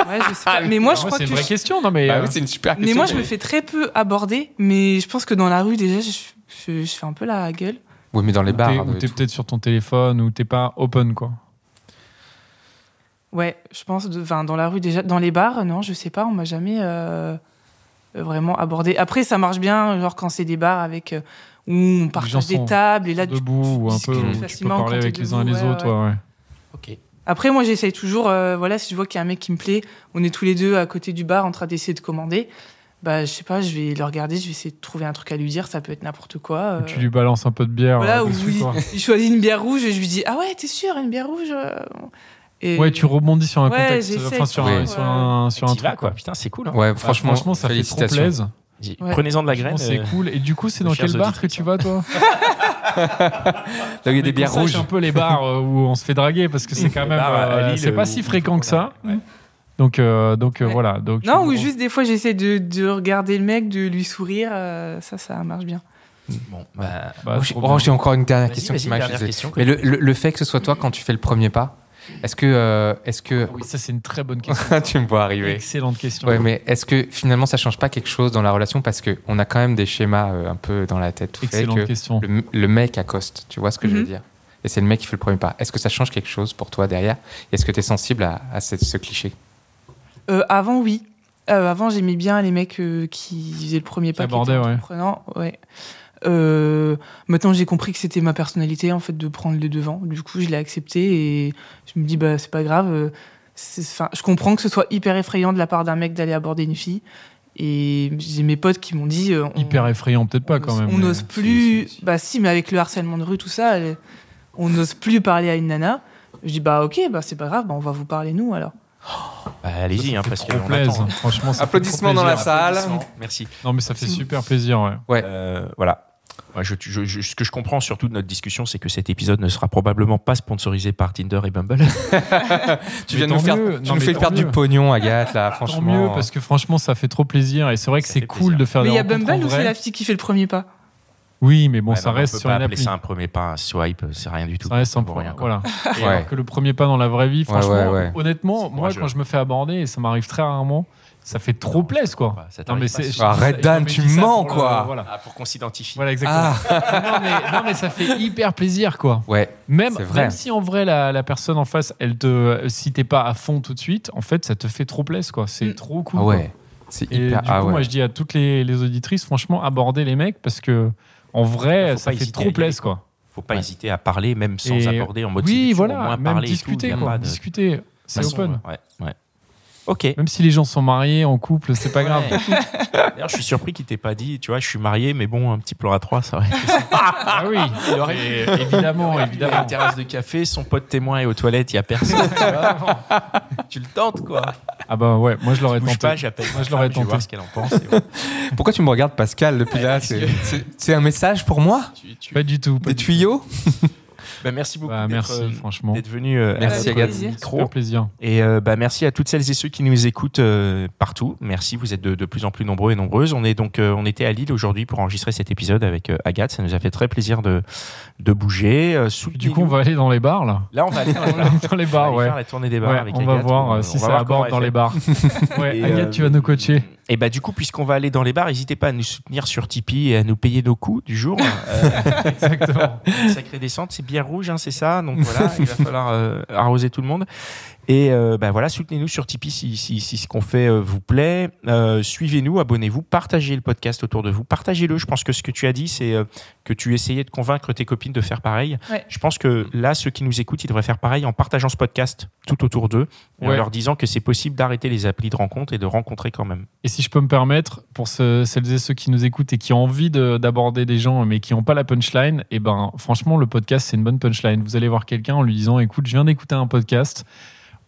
Ouais, je sais pas. Mais moi, Ah, je Moi, crois c'est que. une vraie je- question, non, mais. Bah euh, oui, c'est une super question. Mais moi, je me fais très peu aborder. Mais je pense que dans la rue, déjà, je, je- je fais un peu la gueule. Oui, mais dans les ou bars. t'es- hein, ou de t'es tout. peut-être sur ton téléphone, ou t'es pas open, quoi. Ouais, je pense. de- Enfin, dans la rue, déjà. Dans les bars, non, je sais pas. On m'a jamais euh, vraiment abordé. Après, ça marche bien, genre quand c'est des bars avec. euh, où on partage des sont tables. Et là, tu, Debout, ou un peu. discutes où Tu peux facilement parler quand t'es avec les uns et debout, les ouais, autres, ouais. ouais, ouais. Ok. Après, moi, j'essaye toujours, euh, voilà, si je vois qu'il y a un mec qui me plaît, on est tous les deux à côté du bar en train d'essayer de commander. Bah, je sais pas, je vais le regarder, je vais essayer de trouver un truc à lui dire, ça peut être n'importe quoi. euh. Tu lui balances un peu de bière. voilà, euh, ou dessus, oui, quoi. il choisit une bière rouge et je lui dis Ah ouais, t'es sûr, une bière rouge euh, et... Ouais, tu rebondis sur un Ouais, contexte, j'essaie, enfin sur tu un, vois, sur un, sur un T'y vas, truc. quoi. Putain, c'est cool. hein. Ouais, Bah, Franchement, franchement, ça fait trop félicitations. plaise. J'ai- Ouais. Prenez-en de la Franchement, graine. C'est euh, cool. Et du coup, c'est nos dans chers quel bar auditrices, que tu vas, toi Là où il y a des Mais bières qu'on sache rouges. un peu les bars euh, où on se fait draguer parce que c'est quand les même, bars à euh, Lille c'est où- pas si fréquent que ça. Ouais. Donc, euh, donc euh, Ouais. voilà. Donc tu- Non, ou juste des fois, j'essaie de, de regarder le mec, de lui sourire, euh, ça, ça marche bien. Bon, bah. Bah, Oh, j'ai- trop oh, bien. j'ai encore une dernière vas-y, question vas-y, qui m'a dernière accusé. question, quoi. Mais le, le- le fait que ce soit toi quand tu fais le premier pas, est-ce que, euh, est-ce que Ah Oui, ça c'est une très bonne question. <laughs> tu me vois arriver Excellente question. Ouais, mais est-ce que finalement ça change pas quelque chose dans la relation parce que on a quand même des schémas euh, un peu dans la tête tout fait Excellente que question. le, le mec accoste, tu vois ce que je veux Mhm. dire Et c'est le mec qui fait le premier pas. Est-ce que ça change quelque chose pour toi derrière Et Est-ce que tu es sensible à, à ce, ce cliché Euh, avant, oui. Euh, avant, j'aimais bien les mecs euh, qui faisaient le premier pas, qui abordaient, étaient ouais. entreprenants, ouais. Euh, maintenant, j'ai compris que c'était ma personnalité en fait de prendre les devants. Du coup, je l'ai accepté et je me dis bah c'est pas grave. euh, c'est- enfin, je comprends que ce soit hyper effrayant de la part d'un mec d'aller aborder une fille. Et j'ai mes potes qui m'ont dit euh, on- Hyper effrayant, peut-être pas on quand n'ose- même. On mais- n'ose plus. Bah si, mais avec le harcèlement de rue, tout ça, elle- on n'ose plus parler à une nana. Je dis bah ok, bah c'est pas grave, bah, on va vous parler nous alors. Bah, allez-y, hein, parce que. Trop on plaise. attend. Franchement, ça fait trop Applaudissements dans la plaisir. salle. Applaudissements. Merci. Non, mais ça fait super plaisir. ouais. Euh, voilà. Ouais, je- je- je- ce que je comprends surtout de notre discussion, c'est que cet épisode ne sera probablement pas sponsorisé par Tinder et Bumble. Tu viens de Mais nous tant faire, mieux. tu Non, mais nous <laughs> fais tant perdre mieux. du pognon, Agathe, là, Tant franchement. mieux, parce que franchement, ça fait trop plaisir. Et c'est vrai que euh, Ça c'est fait cool plaisir. de faire Mais des il y a rencontres en Bumble où vrai. c'est la fille qui fait le premier pas. Oui, mais bon, Ouais, ça bah, reste on peut sur pas une appeler appli. ça un premier pas, un swipe, c'est rien du tout. Ça reste Ça un vaut point. rien, quoi. <laughs> Voilà. Et Ouais. alors que le premier pas dans la vraie vie, franchement, ouais, ouais. honnêtement, C'est moi, courageux. quand je me fais aborder, et ça m'arrive très rarement, ça fait trop Non, plaise, quoi. Ça Non, t'arrive mais Ah, pas, c'est- ce- Ah, Arrête, je- je Dan, me tu dis ça mens, pour le- quoi. Voilà. Ah, pour qu'on s'identifie. Voilà, exactement. Ah, <laughs> non, mais, non, mais ça fait hyper plaisir, quoi. ouais. Ah Même, C'est vrai. même si en vrai, la, la personne en face, elle te, si t'es pas à fond tout de suite, en fait, ça te fait trop plaisir, quoi. C'est Mm. trop cool. Ah quoi. ouais. C'est Et hyper. du coup, Ah moi, ouais. je dis à toutes les, les auditrices, franchement, abordez les mecs parce que, en vrai, Faut pas ça fait hésiter à y trop aller, plaisir, quoi. Faut pas Ouais. hésiter à parler, même sans Et- aborder en mode Oui, séduction, au voilà, moins même parler et discuter, tout, y a quoi. pas de- Discuter, c'est façon, open. Ouais, ouais. Ok. Même si les gens sont mariés, en couple, c'est pas grave. <laughs> Ouais. D'ailleurs, je suis surpris qu'il t'ait pas dit, tu vois, je suis marié, mais bon, un petit plan à trois, ça aurait été Ah oui, Et évidemment, à évidemment. une terrasse de café, son pote témoin est aux toilettes, il y a personne. tu vois. <laughs> tu le tentes, quoi. Ah bah ouais, moi je l'aurais Bouge pas, tenté. j'appelle. Moi, je ma l'aurais femme, vais tenté. voir ce qu'elle en pense. et voilà. Pourquoi tu me regardes, Pascal, depuis là C'est- C'est c'est un message pour moi Tu- tu- Pas du tout. pas Des du tout. tuyaux <laughs> Bah, merci beaucoup. Bah, d'être, merci, euh, franchement. d'être venu euh, Merci, à Agathe. notre micro. Super plaisir. Et euh, bah, merci à toutes celles et ceux qui nous écoutent euh, partout. Merci, vous êtes de, de plus en plus nombreux et nombreuses. On est donc, euh, on était à Lille aujourd'hui pour enregistrer cet épisode avec euh, Agathe. Ça nous a fait très plaisir de de bouger. Euh, Du coup, on soutenez-nous. va aller dans les <laughs> bars là. là, on va aller dans les On va bars. aller dans les On va bars, aller Bah ouais. faire la tournée des bars Ouais, avec on va Agathe. voir euh, si on va ça voir comment aborde elle dans fait. les bars. <laughs> ouais, Et, Agathe, euh, tu vas nous coacher. <laughs> Et bah du coup, puisqu'on va aller dans les bars, n'hésitez pas à nous soutenir sur Tipeee et à nous payer nos coûts du jour. Euh, Exactement. sacrée descente, c'est bière rouge, hein, c'est ça. Donc voilà, il va falloir euh, arroser tout le monde. Et euh, bah, voilà, soutenez-nous sur Tipeee si, si, si ce qu'on fait euh, vous plaît. Euh, Suivez-nous, abonnez-vous, partagez le podcast autour de vous, partagez-le. Je pense que ce que tu as dit, c'est euh, que tu essayais de convaincre tes copines de faire pareil. Ouais. Je pense que là, ceux qui nous écoutent, ils devraient faire pareil en partageant ce podcast tout autour d'eux, et en Ouais. leur disant que c'est possible d'arrêter les applis de rencontre et de rencontrer quand même. Et si je peux me permettre, pour ce- celles et ceux qui nous écoutent et qui ont envie de- d'aborder des gens mais qui n'ont pas la punchline, et ben franchement le podcast c'est une bonne punchline. Vous allez voir quelqu'un en lui disant écoute, je viens d'écouter un podcast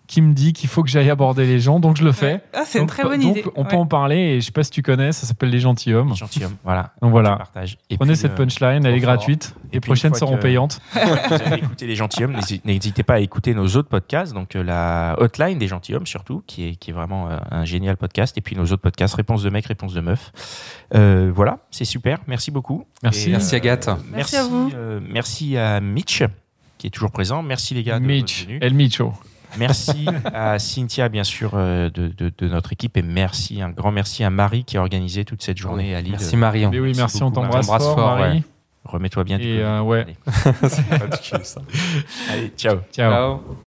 qui me dit qu'il faut que j'aille aborder les gens, donc je le fais. Ah, c'est une Donc, très pa- bonne donc, idée. On peut Ouais. en parler et je sais pas si tu connais, ça s'appelle Les Gentilhommes. Gentilhomme, voilà. Donc voilà. Partage. Et Prenez puis, cette euh, punchline, trop elle est fort. gratuite. Et Les puis, une prochaines fois seront que- payantes. vous avez écouté les gentilshommes, n'hési- n'hésitez pas à écouter nos autres podcasts, donc euh, la hotline des gentilshommes surtout, qui est, qui est vraiment euh, un génial podcast, et puis nos autres podcasts, Réponse de mec, Réponse de meuf. Euh, voilà, c'est super, merci beaucoup. Merci. Et, Merci, Agathe. Merci à vous. euh, merci à Mitch, qui est toujours présent. Merci les gars de votre Mitch, venue. El Micho. Merci à Cynthia, bien sûr, euh, de, de- de notre équipe, et merci, un grand merci à Marie qui a organisé toute cette journée à Lille. Merci, Marion. Mais oui, merci, on beaucoup, t'embrasse on t'embrasse fort, fort, Marie. Remets-toi bien du Et Covid. euh, ouais, <laughs> Allez. Allez, ciao. ciao. Ciao.